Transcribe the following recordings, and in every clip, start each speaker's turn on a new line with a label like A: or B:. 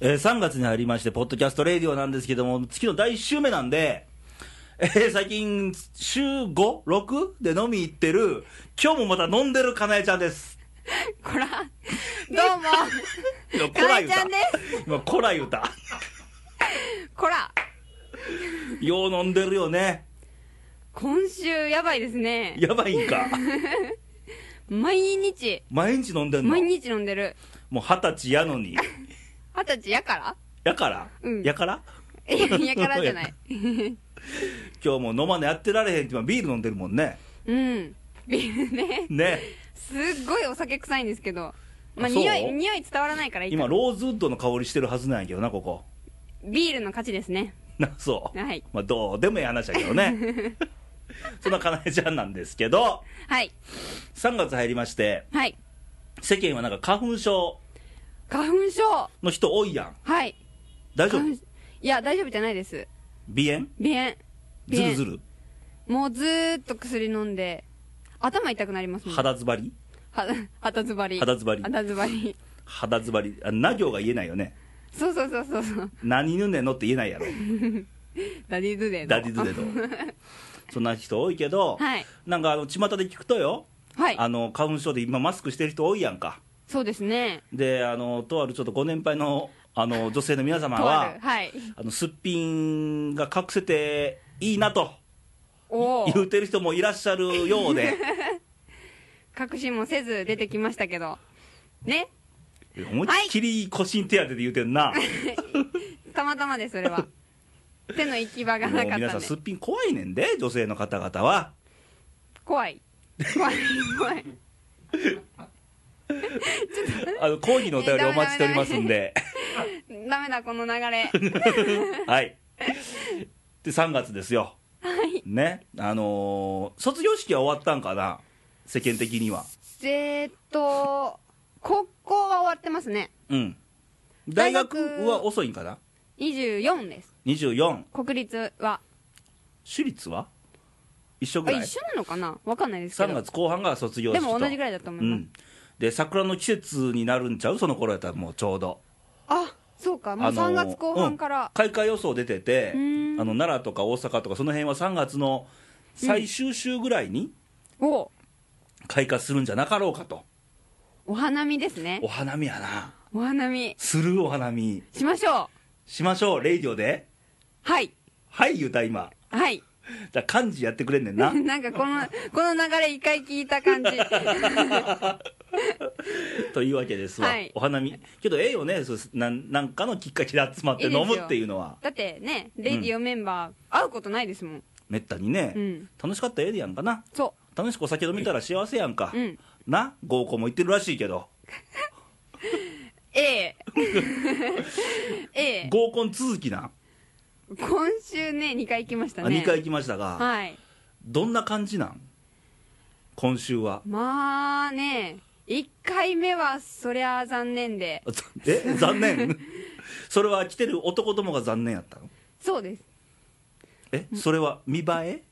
A: えー3月に入りまして、ポッドキャストレディオなんですけども、月の第1週目なんで、えー最近、週 5?6? で飲み行ってる、今日もまた飲んでるかなえちゃんです。
B: こら、ど
A: 今、
B: うも、
A: こ
B: からなえ
A: 言う
B: ち
A: た
B: ゃんです。
A: 今、こら言うた。
B: こら、
A: よう飲んでるよね。
B: 今週やばいですね。
A: やばいんか。
B: 毎日、
A: 毎日飲んでんの
B: 毎日飲んでる。
A: もう二十歳やのに。
B: 二十歳 やから
A: やから、
B: うん
A: やから
B: えやからじゃない。
A: 今日もう飲まなやってられへんって今ビール飲んでるもんね。
B: うん。ビールね。
A: ね。
B: すっごいお酒臭いんですけど。まあ、
A: そう
B: 匂い、匂い伝わらないからいいか
A: 今、
B: ら。
A: ローズウッドの香りしてるはずなんやけどな、ここ。
B: ビールの勝ちですね。
A: な、そう。
B: はい
A: まあ、どうでもいい話だけどね。 そんなかなえちゃんなんですけど、
B: はい。
A: 3月入りまして、
B: はい。
A: 世間はなんか花粉症
B: 花粉症
A: の人多いやん。
B: はい。
A: 大丈夫
B: 花粉いや、大丈夫じゃないです。
A: 鼻炎
B: 鼻炎。
A: ず
B: 鼻
A: るず
B: 炎。
A: る
B: もうずーっと薬飲んで、頭痛くなりますもん。
A: 肌ズバリ
B: は、 肌ズバリ。
A: 肌ズバリ
B: 肌ズバリ。
A: 肌ズバリ。あ、な行が言えないよね。
B: そうそうそうそうそう。
A: 何ぬねんのって言えないやろ。
B: ダディドゥデの
A: ダディドゥデド。そんな人多いけど、
B: はい
A: なんかあの巷で聞くとよ、
B: はい。
A: あの花粉症で今マスクしてる人多いやんか
B: そうですね。
A: であのとあるちょっとご年配のあの女性の皆様
B: とあ
A: は
B: る。はい。
A: あのすっぴんが隠せていいなと
B: お お。
A: 言うてる人もいらっしゃるよう で
B: 確信もせず出てきましたけど。ね。
A: 思いっきり腰に手当てで言うてんな、
B: たまたまです、そ れは。手の行き場が
A: も
B: な
A: う
B: かっ
A: 皆
B: た
A: さ
B: ん
A: ん
B: です
A: っぴん怖いねんで女性の方々は
B: 怖い。怖い、怖い。
A: あの抗議のお便りお待ちしておりますんで
B: ダメだ、この流れ。
A: はいで3月ですよねあのー卒業式は終わったんかな世間的には
B: えーっと、高校は終わってますね。
A: うん大学
B: 大学
A: は遅いんかな
B: 24です。
A: 24
B: 国立は。
A: 私立は一緒
B: あ
A: ぐらい
B: 一緒なのかなわかんないですけ
A: 3
B: ど。
A: 月後半が卒業式
B: で
A: と
B: も同じぐらいだと思います。
A: うん、で桜の季節になるんちゃうその頃やったらもうちょうど
B: あ、そうか。もう
A: あのー
B: 3月後半から。
A: 開花予想出ててあ
B: うーん
A: の奈良とか大阪とかその辺は3月の最終週ぐらいに
B: おう
A: 開花するんじゃなかろうかと、
B: お花見ですね
A: お。花見やな
B: お花見
A: するお花見
B: しましょ
A: しましょうレイディオで
B: う。はい。
A: はい言うた今
B: はい。
A: だから漢字やってくれんねんな
B: なんかこの、この流れ一回聞いた 感じ。
A: というわけですわ、
B: はい
A: お花見けどええよねそうなんなんかのきっかけで集まって
B: いいですよ
A: 飲むっていうのは
B: だってね、レディオメンバー、会うことないですもん。
A: めったにね、
B: うん
A: 楽しかったらええやんかな
B: そ
A: 楽しくお酒飲みたら幸せやんか、
B: う。うん。
A: な合コンも行ってるらしいけど
B: ええ。 ええ。
A: 合コン続きな、
B: 今週ね、2回行きました
A: あ
B: ね。
A: 2回行きましたが、
B: はい。
A: どんな感じなん今週 は
B: まあね、1回目はそりゃ残念で。
A: え残念それは来てる男どもが残念やったの
B: そうです。
A: えそれは見栄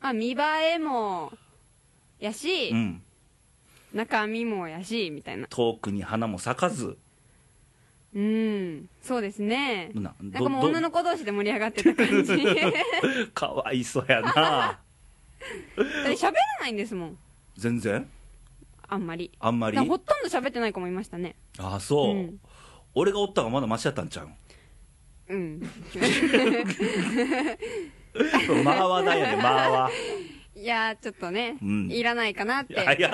B: まあ見栄えも、やし、
A: えうん
B: 中身もやし、みたいな。
A: 遠くに花も咲かず
B: うん。そうですね。
A: な
B: なんかもう女の子同士で盛り上がってた感 じだって
A: どかわいそうやな
B: 喋らないんですもん
A: 全然
B: あんまり
A: あんまり
B: だからほとんど喋ってない子もいましたね
A: ああそう、
B: うん
A: 俺がおったがまだマシやったん ちゃう
B: うん
A: 間はないよね間はい
B: やーちょっとね、
A: うん
B: いらないかなっ
A: い
B: て
A: やいや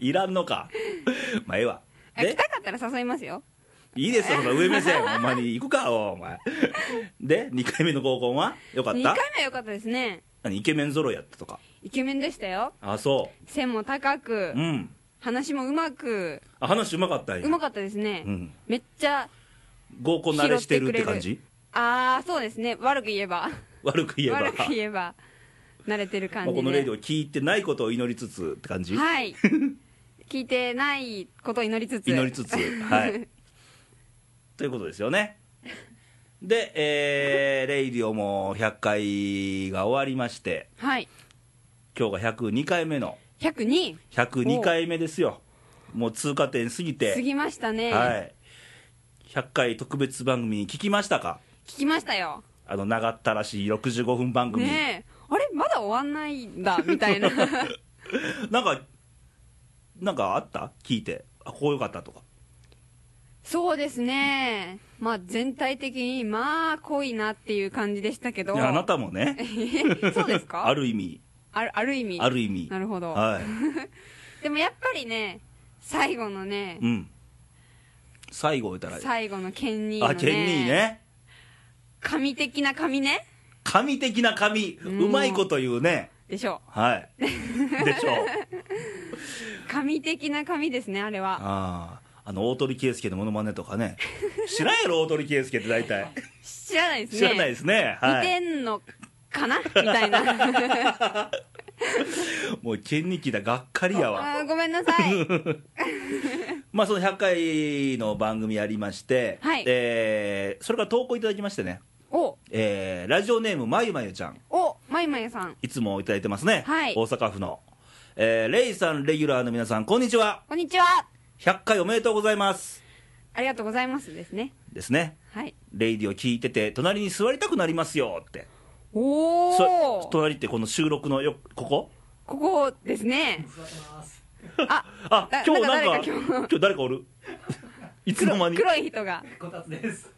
A: いらんのかまあええわ
B: あ来
A: で
B: たかったら誘いますよ
A: いいですよその上目線ほんまに行くかおお前で2回目の合コンはよかっ
B: 2
A: た
B: 回目は良かったですね
A: 何イケメン揃いやったとか
B: イケメンでしたよ
A: あそ
B: 背も高く
A: ううん
B: 話もうまく
A: あ話うまかったんや
B: うまかったですね、
A: うん
B: めっちゃ
A: 合コン慣れしてるって感
B: 拾っ
A: じ
B: ああそうですね悪く言えば
A: 悪く言えば
B: 悪く言えば慣れてる感
A: まあ
B: じで、
A: このレディを聞いてないことを祈りつつって感じ、
B: はい。聞いてないことを祈りつつ。
A: 祈りつつはい。ということですよねで、えーレイディオも100回が終わりまして
B: はい。
A: 今日が102回目の
B: 102
A: 102回目ですよもう通過点過ぎて
B: 過ぎましたね。
A: はい100回特別番組聞きましたか
B: 聞きましたよ
A: あの長ったらしい65分番組、
B: ねえあれまだ終わんないんだみたいな
A: なんかなんかあった聞いてあこうよかったとか
B: そうですねまあ全体的にまあ濃いなっていう感じでしたけど
A: いやあなたもね
B: そうです か
A: ある意味
B: あるある意味
A: ある意味
B: なるほど
A: は
B: でもやっぱりね最後のね
A: い、うん、最後言ったら
B: 最後のケンニーのね
A: あケンニーね
B: 神的な神ね
A: 神的な神
B: うん
A: うまいこと言うね
B: でしょ
A: はい でしょう
B: う神的な神ですねあれは
A: あああの大鳥圭介のモノマネとかね知らんやろ大鳥圭介って大 体
B: 知らないですね
A: 知らないですねは
B: 似て
A: い
B: んのかなみたいな
A: もうケンニキだがっかりやわ
B: あーごめんなさ い
A: まあその100回の番組やりまして、
B: はい
A: えーそれから投稿いただきましてね、
B: お
A: えーラジオネームまゆまゆちゃん
B: おまゆまゆさん
A: いつもいただいてますね、
B: はい
A: 大阪府の、えーレイさんレギュラーの皆さんこんにちは
B: こんにちは
A: 100回おめでとうございます
B: ありがとうございますですね
A: ですね
B: はい
A: レイディを聞いてて隣に座りたくなりますよって
B: お
A: そ
B: おこ
A: 隣ってこの収録のよここ
B: こです ねあ
A: あ
B: な
A: 今日なん
B: な
A: か
B: んか誰か今日
A: 今日誰かおる いつの間に
B: 黒い人が
C: こたつです。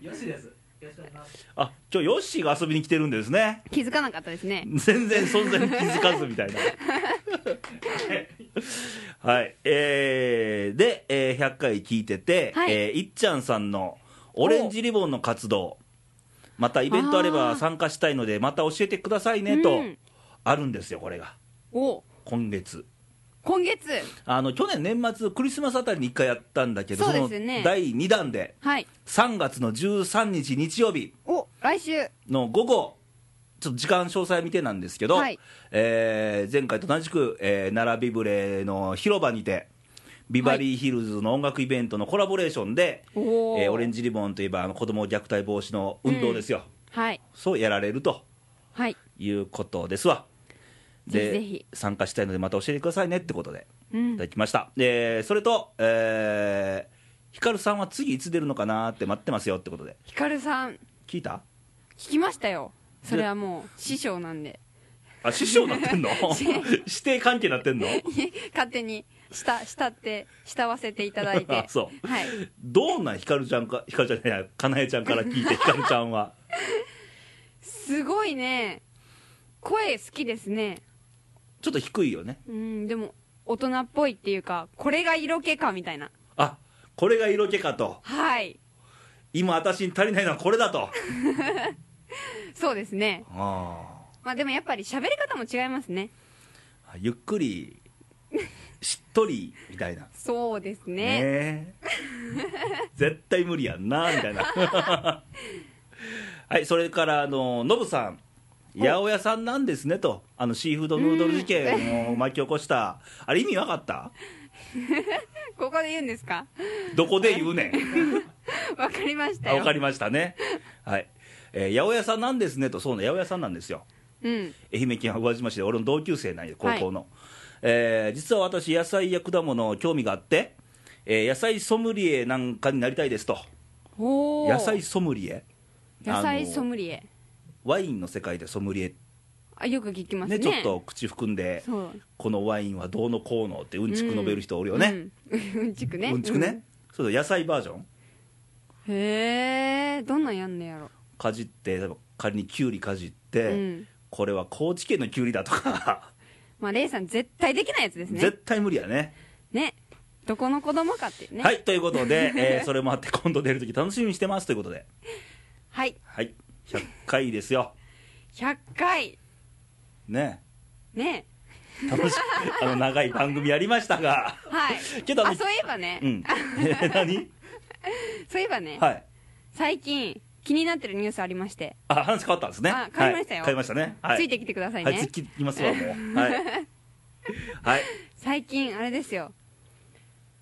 C: よしです。よろしくお願いします。
A: あ今日ヨッシーが遊びに来てるんですね
B: 気づかなかったですね
A: 全然存在に気づかずみたいなはいえー、で、えー100回聞いてて、
B: はい
A: いえーいっちゃんさんのオレンジリボンの活動またイベントあれ
B: あ
A: ば
B: ー
A: 参加したいのでまた教えてくださいねと、
B: うん
A: あるんですよこれが
B: お
A: 今月
B: 今月
A: あの去年年末クリスマスあたりに1回やったんだけど
B: そうですね
A: の第2弾で
B: はい
A: 3月の13日日曜日
B: お来週
A: の午後、ちょっと時間詳細見てなんですけど、
B: はい
A: えー前回と同じく、えー奈良ビブレの広場にて、ビバリーヒルズの音楽イベントのコラボレーションで、
B: おお、
A: えーオレンジリボンといえばあの子供虐待防止の運動ですよ、
B: はい
A: そうやられると
B: はい
A: いうことですわ。で
B: ぜひぜひ
A: 参加したいので、また教えてくださいねってことで、
B: う
A: い
B: ん
A: ただきました。でそれと、えー、ヒカルさんは次いつ出るのかなって待ってますよってことで、
B: ひかるさん
A: 聞いた
B: 聞きましたよそれはもう師匠なんで
A: あ、師匠なってんの
B: し
A: 師弟関係なってんの
B: 勝手にしたしたって慕わせていただい て
A: あそう
B: はい
A: どんなんひかるちゃんか、ひかるちゃんじゃない、かなえちゃんから聞いて、ひかるちゃんは。
B: すごいね声好きですね
A: ちょっと低いよね。
B: うんでも大人っぽいっていうかこれが色気かみたいな
A: あ、これが色気かと。
B: はい
A: 今私に足りないのはこれだと。
B: そうですね
A: あ
B: まあでもやっぱり喋り方も違いますね
A: あ。ゆっくり、しっとり、みたいな。
B: そうですね
A: ねえ絶対無理やんな、みたいな。はい、それから、あの、ノブさん。八百屋さんなんですねと、あのシーフードヌードル事件を巻き起こした、あれ意味わかった
B: ここで言うんですか
A: どこで言うねん。
B: わかりました
A: あ
B: よ
A: わかりましたね、はいえー八百屋さんなんですねと、そうね、八百屋さんなんですよ、
B: うん
A: 愛媛県宇和島市で、俺の同級生なんよ、高校の、えー実は私、野菜や果物、興味があって、えー野菜ソムリエなんかになりたいですと、
B: おお
A: 野菜ソムリエ、
B: 野菜ソ
A: あの
B: ムリエ
A: ワインの世界でソムリエ、
B: あよく聞きますね
A: ね、ちょっと口含んで、
B: そう
A: このワインはどうのこうのって、うんちく述べる人おるよね、
B: うん、うんちく
A: う
B: ね
A: んちくね、そうそう野菜バージョン、
B: うんへえどんなんやんねやろ
A: かじって、例えば仮にきゅうりかじって、
B: うん
A: これは高知県のきゅうりだとか。
B: まあレイさん絶対できないやつです ね
A: 絶対無理やね
B: ねどこの子供かっていうね
A: はいということ で、えーそれもあって今度出るとき楽しみにしてますということで
B: はい
A: はい100回ですよ
B: 100回
A: ね
B: ね
A: 楽しあの長い番組やりましたが
B: はい
A: けどあの
B: あそういえばね、
A: うん えー何
B: そういえばね、
A: はい
B: 最近気になってるニュースありまして、
A: あ話変わったんですね
B: あ変わりました
A: は
B: よ
A: い、変わりましたねはい
B: ついてきてください
A: は
B: ね、
A: いついてきますわもう はい、はい、
B: 最近あれですよ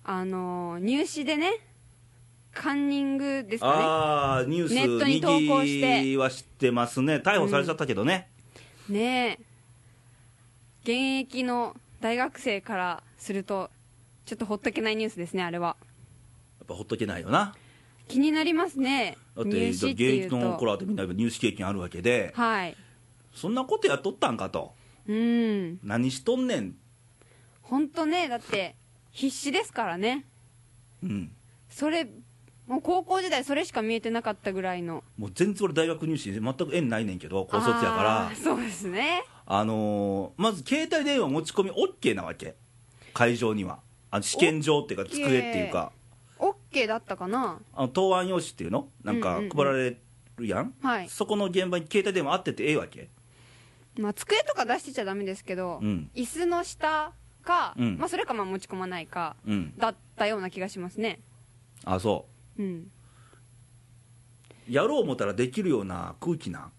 B: あのー入試でねカンニングですか
A: ああニュース
B: ネットに投稿して
A: 右は知ってますね逮捕されちゃったけどね、
B: ねねえ現役の大学生からするとちょっとほっとけないニュースですねあれは
A: やっぱほっとけないよな
B: 気になりますね
A: だっ
B: 入
A: て現
B: 試ってい
A: 役
B: うと
A: の頃だってみんな入試経験あるわけで
B: はい
A: そんなことやっとったんかと
B: うん
A: 何しとんねん
B: 本当ねだって必死ですからね
A: うん
B: それもう高校時代それしか見えてなかったぐらいの
A: もう全然俺大学入試全く縁ないねんけど高卒やから
B: あーそうですね
A: あのーまず携帯電話持ち込み OK なわけ会場にはあの試験場っていうか机っていうか
B: OK だったかな
A: あの答案用紙っていうのなんか
B: うんうんうん
A: 配られるやん、
B: はい
A: そこの現場に携帯電話あっててええわけ
B: まあ机とか出してちゃダメですけど、
A: うん
B: 椅子の下か、
A: うん
B: まあそれかまあ持ち込まないか
A: うん
B: だったような気がしますね
A: あそ
B: うん
A: うやろう思ったらできるような空気なん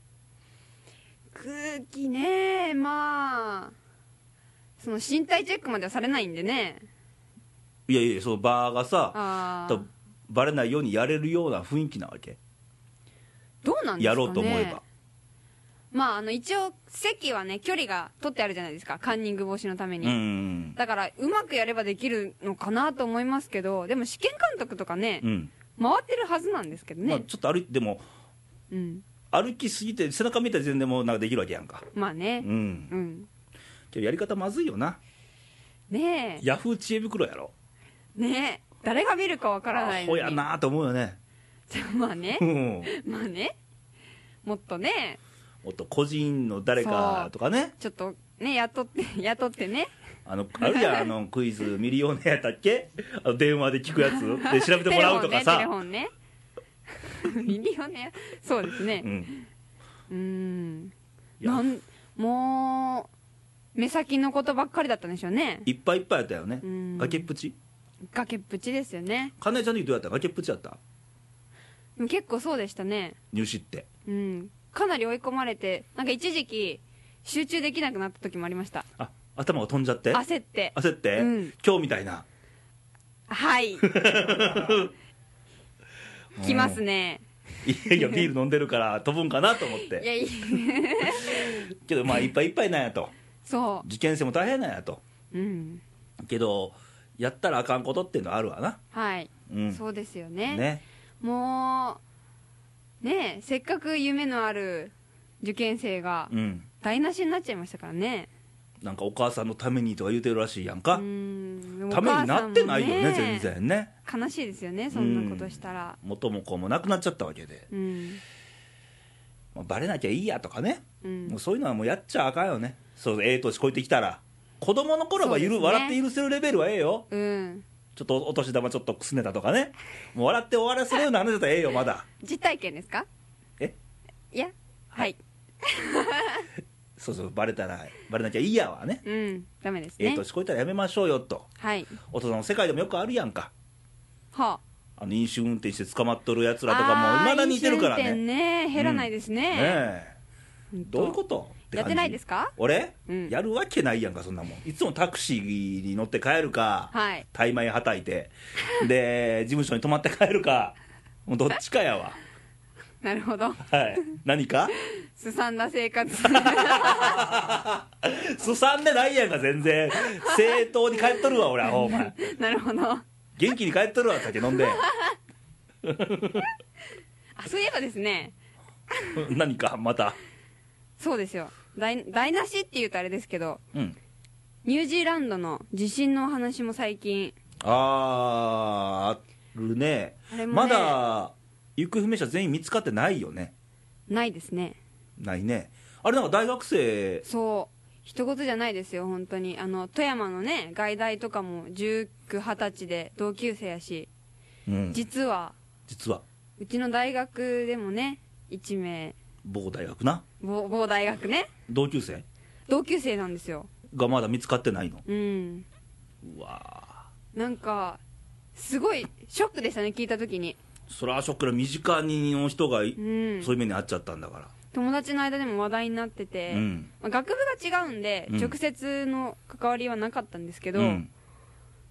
B: 空気ねまあその身体チェックまではされないんでね
A: いやいやそのバーがさ
B: ああ
A: とバレないようにやれるような雰囲気なわけ
B: どうなんですかね
A: やろうと思えば、
B: まああの一応席はね距離が取ってあるじゃないですかカンニング防止のために、
A: うん
B: だからうまくやればできるのかなと思いますけどでも試験監督とかね
A: う、ん、
B: 回ってるはずなんですけどね、
A: まあ、ちょっと歩いてでも
B: うん
A: 歩きすぎて背中見た時点でもうなんかできるわけやんか
B: まあね、
A: うん
B: うん。
A: けどやり方まずいよな
B: ねえ。
A: ヤフー知恵袋やろ
B: ねえ。誰が見るかわからない
A: ア
B: の
A: ホ
B: に。
A: やなと思うよね
B: じゃあ まあね
A: う。ん
B: まあね。もっとね、
A: もっと個人の誰かとかね
B: ちょっとね、雇って、 雇ってね。
A: あのある やんあのクイズミリオネアやったっけあの電話で聞くやつで調べてもらうとか
B: テレ
A: さ
B: フォンね、テレフォンね。 ミリオネア。そうですね
A: う。ん
B: うーん。
A: いや
B: なん、もう、目先のことばっかりだったんでしょうね。
A: いっぱいいっぱいやったよね
B: うん
A: 崖っぷち
B: 崖っぷちですよね。
A: かなえちゃんの時どうやった崖っぷちやった
B: でも結構そうでしたね。
A: 入試って
B: うん。かなり追い込まれて、なんか一時期、集中できなくなった時もありました。
A: あ頭が飛んじゃって
B: 焦って。
A: 焦って、
B: うん
A: 今日みたいな
B: はい。来ますね。
A: いやいやビール飲んでるから飛ぶんかなと思っ
B: い
A: て
B: やいや、
A: けどまあいっぱいいっぱいなんや と
B: そ
A: 受験生も大変なんやと
B: う。うん。
A: けどやったらあかんことっていうのはあるわな
B: はい。
A: うん
B: そうですよね。
A: ね
B: もう、ねえせっかく夢のある受験生が
A: うん
B: 台無しになっちゃいましたからね。
A: なんかお母さんのためにとか言うてるらしいやんか、
B: うん。でも
A: ためになってないよ
B: お
A: ね
B: 母さんも
A: 全然ね
B: 悲しいですよね、そんなことしたら。
A: 元も子もなくなっちゃったわけで、
B: うん。
A: まあ、バレなきゃいいやとかね、
B: うん
A: もうそういうのはもうやっちゃあかんよねそうええ年超えてきたら子供の頃はゆる、
B: そうですね
A: 笑って許せるレベルはええよ
B: うん。
A: ちょっとお年玉ちょっとくすねたとかねもう笑って終わらせるような話だったらええよまだ
B: 実体験ですか
A: え
B: いや、はい。
A: そうそうバレたらバレなきゃいいやはね
B: うん。ダメです
A: ええ
B: ね。
A: 年超えたらやめましょうよと
B: はい。
A: 大人の世界でもよくあるやんか
B: はあ。
A: あの飲酒運転して捕まっとるやつらとかも
B: あー
A: いまだにいてるからね
B: 飲酒運
A: ね
B: 転ね減らないですね,、
A: えどういうことて
B: や
A: 感じ
B: ってないですか
A: 俺、
B: うん
A: やるわけないやんかそんなもんいつもタクシーに乗って帰るか、
B: はい
A: タイ米はたいてで事務所に泊まって帰るかもうどっちかやわ
B: なる ほど
A: はい何か
B: すさんだ生活
A: すさんでないやんか全然正当に帰っとるわ俺はほんま
B: なるほどあ
A: 元気に帰っとるわ酒飲んで
B: そういえばですね
A: 何かまた
B: そうですよ台台無しって言うとあれですけど
A: うん
B: ニュージーランドの地震のお話も最近
A: あーあるね
B: あれも
A: ま
B: ね
A: だ行方不明者全員見つかってないよね
B: ないですね
A: ないねあれなんか大学生
B: そう一言じゃないですよ本当にあの富山のね外大とかも1920歳で同級生やし
A: うん
B: 実は
A: 実は
B: うちの大学でもね1名
A: 某大学な
B: 某某大学ね
A: 同級生
B: 同級生なんですよ
A: がまだ見つかってないの
B: うん
A: うわ
B: なんかすごいショックでしたね聞いた時に、
A: ーそらショックら身近にの人がい、
B: うん、
A: そういう目に遭っちゃったんだから
B: 友達の間でも話題になってて、
A: うん
B: まあ学部が違うんで、
A: うん
B: 直接の関わりはなかったんですけど、
A: うん、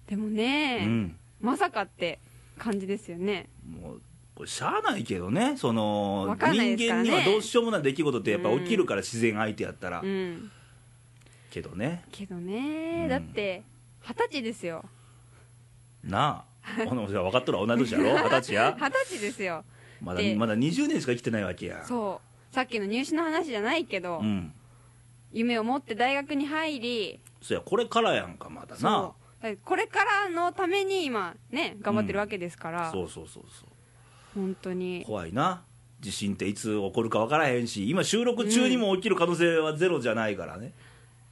B: でも
A: う
B: ね、
A: ん、
B: まさかって感じですよね
A: もうこれしゃあないけどねその
B: わかんないです
A: 人
B: か
A: 間
B: らね
A: にはどうしようもない出来事ってやっぱ起きるから自然相手やったら、
B: うん
A: けどね
B: けどね、
A: うん
B: だって二十歳ですよ
A: なあ ほなもうそれは分かっとるわ同い年やろ二十歳や
B: 二十歳ですよ
A: まだ
B: で
A: まだ20年しか生きてないわけや
B: そうさっきの入試の話じゃないけど、
A: ん
B: 夢を持って大学に入り
A: そやこれからやんかまだな
B: そうだからこれからのために今ね頑張ってるわけですから、
A: そうそうそうそう
B: 本当に
A: 怖いな地震っていつ起こるか分からへんし今収録中にも起きる可能性はゼロじゃないからね、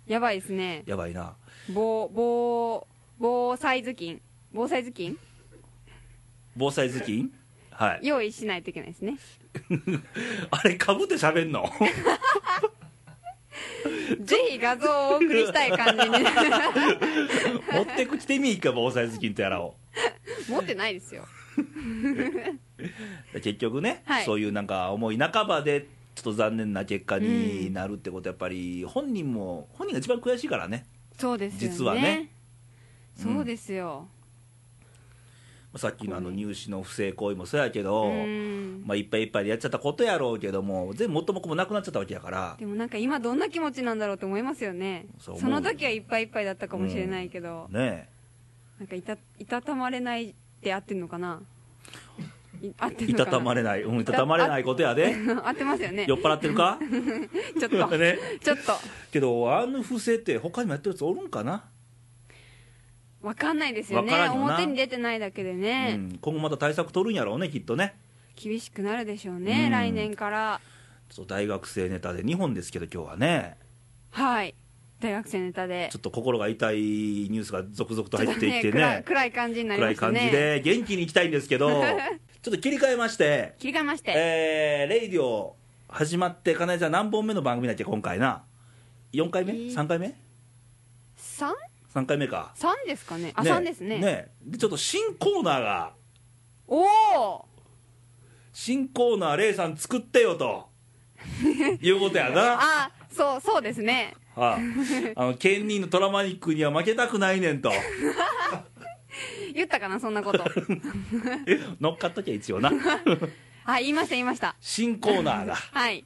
B: やばいですね
A: やばいな
B: 防防防災頭巾防災頭巾
A: 防災頭巾はい
B: 用意しないといけないです ね
A: あれかぶって喋んの
B: ぜひ画像をお送りしたい感 じに
A: 持ってきてみいか防災頭巾とやらを
B: 持ってないですよ
A: 結局ね、
B: はい
A: そういうなんか思い半ばでちょっと残念な結果
B: う
A: に
B: ん
A: なるってことやっぱり本人も本人が一番悔しいからね
B: そうですよね
A: 実はね
B: そうですよ、
A: さっきのあの入試の不正行為もそうやけど、
B: うん
A: まあ、いっぱいいっぱいでやっちゃったことやろうけども全部元も子もなくなっちゃったわけやから
B: でもなんか今どんな気持ちなんだろうと思いますよね
A: そう
B: そ
A: 思う
B: の時はいっぱいいっぱいだったかもしれないけど、
A: ね
B: なんかいたいたたまれないって合ってんのかない合って
A: え
B: ん
A: い
B: のかな
A: たたまれないうんいたたまれないことやで
B: 合ってますよね
A: 酔っ払ってる か
B: ちょっと、
A: ね
B: ちょっと
A: けどあの不正って他にもやってるやつおるんかな、
B: わかんないですよ
A: わか
B: ね
A: らんよな
B: 表に出てないだけでね、
A: うん、今後また対策取るんやろうねきっとね
B: 厳しくなるでしょうね、
A: うん
B: 来年から
A: そう大学生ネタで2本ですけど今日はね
B: はい大学生ネタで
A: ちょっと心が痛いニュースが続々と
B: ちょ
A: 入
B: っ
A: っ
B: と
A: ていって
B: 暗い
A: ね
B: 暗い感じになり
A: 暗
B: ま
A: い
B: した
A: 感
B: ね
A: じで元気にいきたいんですけど ちょっと切り替えまして
B: 切り替えまして、
A: えー、レイディオ始まって金井さん何本目の番組だっけ今回な4回目
B: えー
A: ?3 回目
B: 3?
A: 3回目か
B: 三ですかねあ、三ですね
A: でちょっと新コーナーが
B: おお
A: 新コーナーレイさん作ってよと いうことやな
B: あそうそうですね
A: ああの県人のトラマニックには負けたくないねん と
B: 言ったかなそんな こと
A: 乗っかっときゃ一応な
B: あ言いました言いました
A: 新コーナーが
B: はい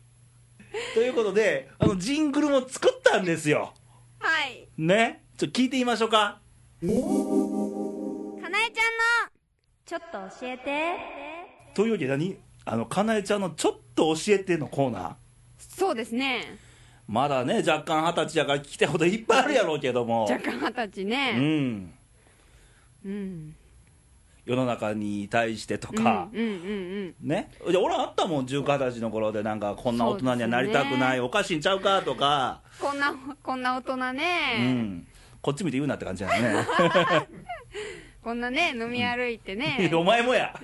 A: ということであのジングルも作ったんですよ
B: はい
A: ねちょっと聞いてみましょうか
B: かなえちゃんのちょっと教えて
A: というわけで何あのかなえちゃんの「ちょっと教えて」のコーナー
B: そうですね
A: まだね若干二十歳やから聞きたいこといっぱいあるやろうけども
B: 若干二十歳
A: う
B: ね
A: ん
B: うん
A: 世の中に対してとか、
B: うんうんうん
A: ねじゃ俺あったもん19二十歳の頃でなんかこんな大人にはなりたく
B: そうで
A: な
B: す
A: い、
B: ね
A: おかしいんちゃうかとか、
B: こんなこんな大人ね、
A: うんこっち見て言うなって感じだよね
B: こんなね飲み歩いてね、
A: お前も や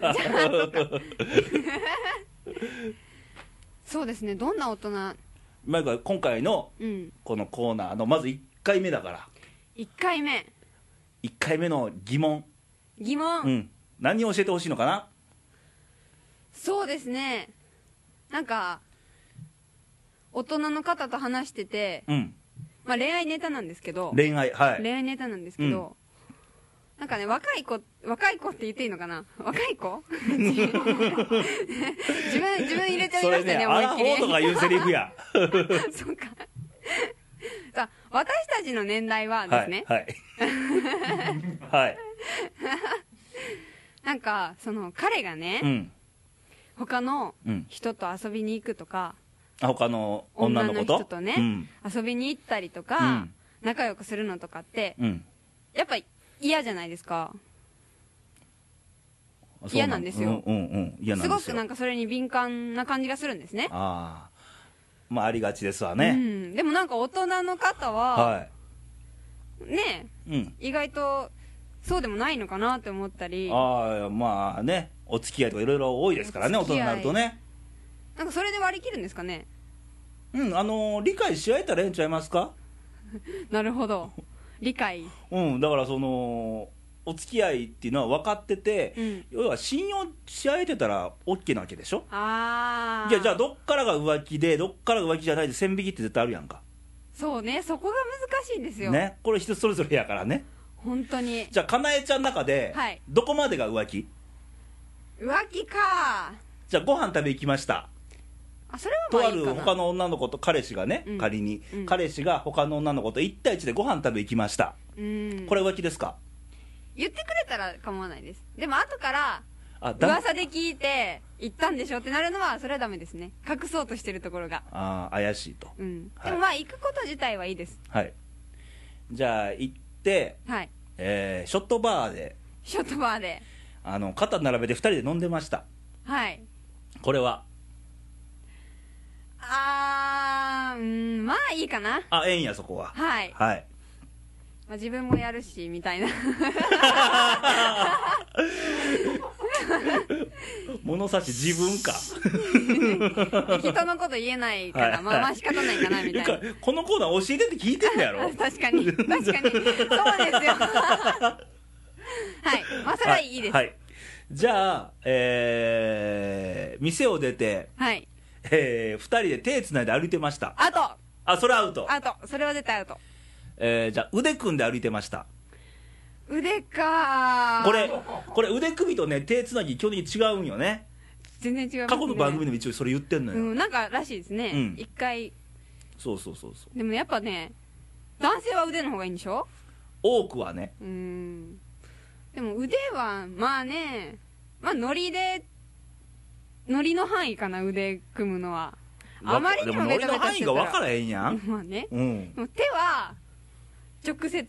B: そうですねどんな大人
A: まあ今回の
B: うん
A: このコーナーのまず1回目だから
B: 1回目
A: 1回目の疑問、
B: 疑問、
A: うん、何を教えてほしいのかな
B: そうですねなんか大人の方と話してて、
A: うん
B: まあ、恋愛ネタなんですけど
A: 恋愛はい
B: 恋愛ネタなんですけど、なんかね若い子若い子って言っていいの かな若い子自分自分入れちゃい
A: そ
B: ま
A: れ
B: した
A: ね
B: ね
A: ア
B: 思いっ
A: ラフ
B: き
A: ォーとか
B: り
A: いうセリフや
B: そうかさ私たちの年代はで
A: は
B: す
A: い
B: ね、
A: はいはい
B: なんかその彼がね、
A: うん
B: 他の
A: うん
B: 人と遊びに行くとか
A: あ他の女の子と
B: 女の人とね
A: うん
B: 遊びに行ったりとか、
A: うん
B: 仲良くするのとかって
A: うん
B: やっぱ嫌じゃないですか
A: あそう
B: 嫌なんですよ
A: うんうんうん嫌なんです
B: す
A: よ
B: ごくなんかそれに敏感な感じがするんですね
A: ああまあありがちですわ
B: う
A: ね、
B: ん、でもなんか大人の方は、
A: は
B: ね
A: い、うん、
B: 意外とそうでもないのかなって思ったり
A: ああまあねお付き合いとかいろいろ多いですからね
B: お
A: 大人
B: 付き合
A: に
B: い
A: なるとね
B: なんかそれで割り切るんですかね
A: うんあのー理解し合えたらええんちゃいますか
B: なるほど理解
A: うんだからそのお付き合いっていうのは分かってて、
B: うん
A: 要は信用し合えてたら OK なわけでしょ
B: ああ
A: いやじゃあどっからが浮気でどっからが浮気じゃないで線引きって絶対あるやんか
B: そうねそこが難しいんですよ、
A: ねこれ人それぞれやからね
B: 本当に
A: じゃあかなえちゃんの中で、
B: はい
A: どこまでが浮気
B: 浮気か
A: じゃあご飯食べ行きました
B: あそれは
A: と
B: ま
A: あ
B: あいい
A: る
B: かな
A: 他の女の子と彼氏がね、
B: うん
A: 仮に、
B: うん
A: 彼氏が他の女の子と1対1でご飯食べ行きました
B: うん
A: これ浮気ですか、
B: 言ってくれたら構わないですでも後から
A: あだ
B: 噂で聞いて行ったんでしょってなるのはそれはダメですね隠そうとしてるところが
A: あー怪しいと
B: うん
A: はい
B: でもまあ行くこと自体はいいです
A: はいじゃあ行って、
B: はい
A: えーショットバーで
B: ショットバーで
A: あの肩並べて2人で飲んでました
B: はい
A: これは
B: あーうんまあいいかな
A: あええんやそこは
B: はい、
A: はい
B: まあ、自分もやるしみた いな
A: 物差し自分か
B: 人のこと言えないから、
A: はい
B: まあまあ仕方ないかなみたいな
A: いうかこのコーナー教えてって聞いてんだやろ
B: あ確かに確かにそうですよはいまあそれはいいです
A: は、
B: はい
A: じゃあえー、店を出て
B: い、
A: えー、2人で手つないで歩いてました
B: あと
A: あそれアウト、
B: あとそれは絶対アウト
A: えー、じゃあ腕組んで歩いてました
B: 腕かー
A: これこれ腕組とね手つなぎ基本的に違うんよね
B: 全然違います、ね、
A: 過去の番組でも一応それ言ってんのよ、
B: うんなんからしいですね
A: うん
B: 一、回
A: そうそうそうそう
B: でもやっぱね男性は腕の方がいいんでしょ
A: 多くはね
B: うーんでも腕はまあねまあノリでノリの範囲かな腕組むのはあまりにも
A: で
B: ベ
A: ノリ
B: タ
A: の
B: ベタ
A: 範
B: して
A: 囲
B: た
A: が
B: ら
A: 分からへんやん
B: まあね
A: うん
B: でも手は直接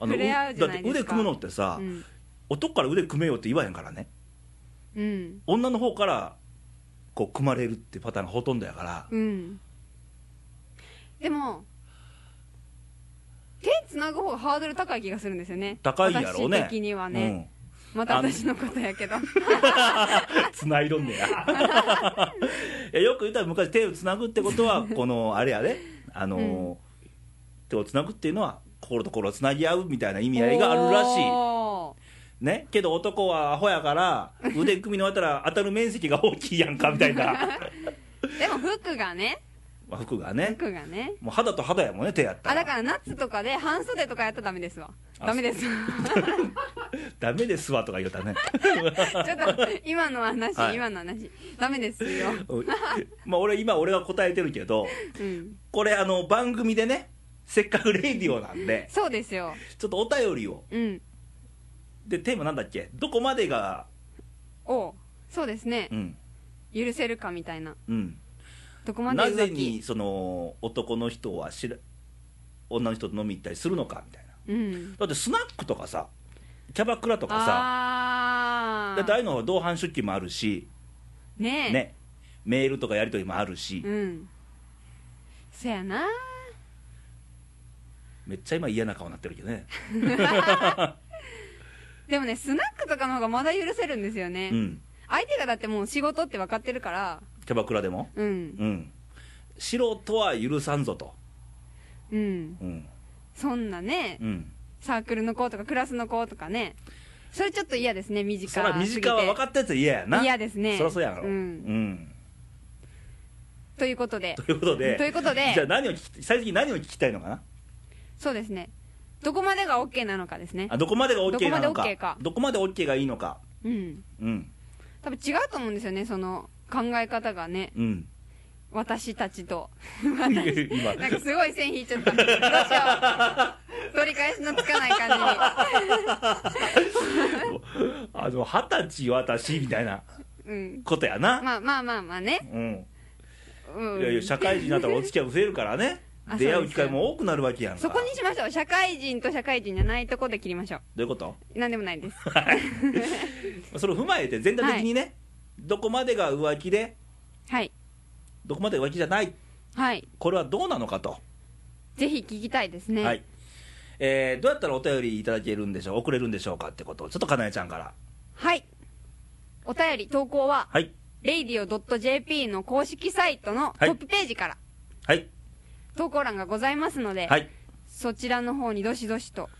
B: 触れ合うじゃ
A: だっ
B: な
A: て
B: いで
A: 腕
B: すか
A: 組むのってさ、
B: うん、
A: 男から腕組めよって言わへんからね
B: うん
A: 女の方からこう組まれるってパターンがほとんどやから、
B: うんでも手つなぐ方がハードル高い気がするんですよね
A: 高いんやろうね
B: 私的にはね、また私のことやけど
A: うん、繋いどん ねやいやよく言ったら昔手をつなぐってこと はこのあれやねあのー手をつなぐっていうのは心と心をつなぎ合うみたいな意味合いがあるらしい
B: お
A: ねけど男はアホやから腕組みのあたら当たる面積が大きいやんかみたい な
B: ーでも服がね
A: まあ服がね
B: 服がね
A: もう肌と肌やもんね手やった
B: あ
A: ら
B: だから夏とかで半袖とかやったらダメですわ
A: あ
B: ダメですわ
A: ダメですわとか言うたね
B: ち ょっと今の話、
A: はい
B: 今の話ダメで すよ、
A: うんまあ俺今俺が答えてるけど
B: うん、
A: これあの番組でねせっかくレイディオなんで
B: そうですよ
A: ちょっとお便りを
B: うん
A: でテーマなんだっけどこまでが
B: おうそうですね
A: うん
B: 許せるかみたいな
A: うん
B: どこまで
A: な
B: 浮気
A: ぜにその男の人は知ら女の人と飲み行ったりするのかみたいな
B: うん
A: だってスナックとかさキャバクラとかさ
B: あ
A: だってああいうのは同伴出勤もあるし
B: ーねえ
A: ねメールとかやり取りもあるし、
B: うんそやな
A: めっちゃ今嫌な顔になってるけどね
B: でもねスナックとかの方がまだ許せるんですよね、
A: うん
B: 相手がだってもう仕事って分かってるから
A: キャバクラでも
B: うん
A: うん素人は許さんぞと
B: うん
A: うん
B: そんなね
A: うん
B: サークルの子とかクラスの子とかねそれちょっと嫌ですね身近
A: そら身
B: すぎて
A: 近は分かったやつは嫌やな
B: 嫌ですね
A: そらそうやろ
B: うん
A: ん
B: ということで
A: ということで
B: ということで
A: じゃあ何を聞き最終的に何を聞きたいのかな
B: そうですねどこまでが OK なのかですね
A: あどこまでが OK なのか
B: どこまで OK か
A: どこまで OK がいいのか
B: うん
A: うん
B: 多分違うと思うんですよねその考え方がね
A: うん
B: 私たちと
A: 今
B: なんかすごい線引いちゃったどうしよう取り返しのつかない感じに
A: あの二十歳私みたいな
B: うん
A: ことやな、
B: まあまあまあまあね
A: うん
B: うん
A: いやいや社会人になったらお付き合い増えるからね
B: あ
A: 出
B: そ
A: 会
B: う
A: う
B: です
A: 機会も多くなるわけやんか
B: そこにしましょう社会人と社会人じゃないとこで切りましょ
A: どういうこと
B: うなんでもないです
A: それを踏まえて全体的にね、どこまでが浮気で
B: はい
A: どこまでが浮気じゃない
B: はい
A: これはどうなのかと、
B: ぜひ聞きたいですね
A: はいえーどうやったらお便りいただけるんでしょう送れるんでしょうかってことをちょっとかなえちゃんから
B: はいお便り投稿は
A: はい
B: radio.jp の公式サイトのトップページから
A: はい
B: 投稿欄がございますので、
A: はい
B: そちらの方にどしどしと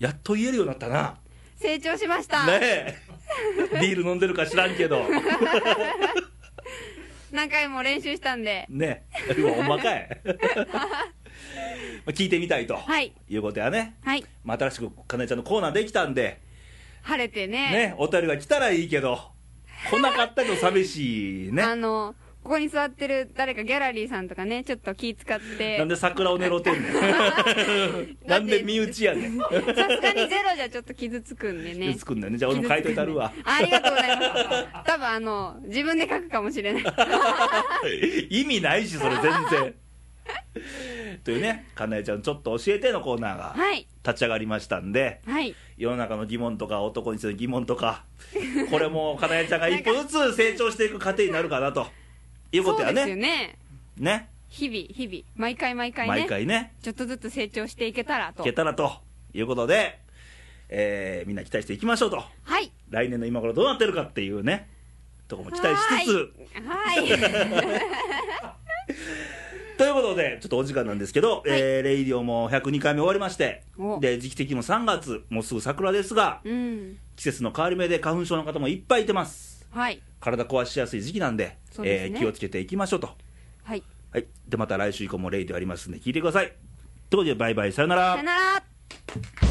A: やっと言えるようになったな
B: 成長しまし た、
A: ねえビール飲んでるか知らんけど
B: 何回も練習したんで
A: ねえうわほんまかい まあ聞いてみたいと、
B: はい
A: いうことやね、
B: はい
A: まあ、新しくかなえちゃんのコーナーできたんで
B: 晴れて ね
A: ね、お便りが来たらいいけど、来なかったと寂しいね。
B: あのここに座ってる誰かギャラリーさんとかねちょっと気使って
A: なんで桜を狙ってんねん なんで身内やねん
B: さすがにゼロじゃちょっと傷つくん でね
A: つくんだねじゃあ俺も書いといたるわ
B: ありがとうございます多分あの自分で書くかも しれない
A: 意味ないしそれ全然というねかなえちゃんちょっと教えてのコーナーが
B: はい
A: 立ち上がりましたんで
B: はい
A: 世の中の疑問とか男にする疑問とかこれもかなえちゃんが一歩ずつ成長していく過程になるかなということ
B: そう
A: や
B: ですよ
A: ね
B: ね
A: ね
B: 日々日々毎回毎回ね
A: 毎回ね
B: ちょっとずつ成長していけたら
A: い
B: と
A: けたらということで、えーみんな期待していきましょうと
B: はい
A: 来年の今頃どうなってるかっていうねとこも期待しつつ
B: はいはい
A: ということで、ちょっとお時間なんですけど、
B: い
A: えーレイディオも102回目終わりまして
B: お、
A: で、時期的にも3月、もうすぐ桜ですが、
B: うん
A: 季節の変わり目で花粉症の方もいっぱいいてます。
B: はい
A: 体壊しやすい時期なんで、
B: そうですね
A: えー気をつけていきましょうと。
B: はい
A: はい。で、また来週以降もレイディオありますんで、聞いてください。ということで、バイバイ、さよなら
B: さよ。なら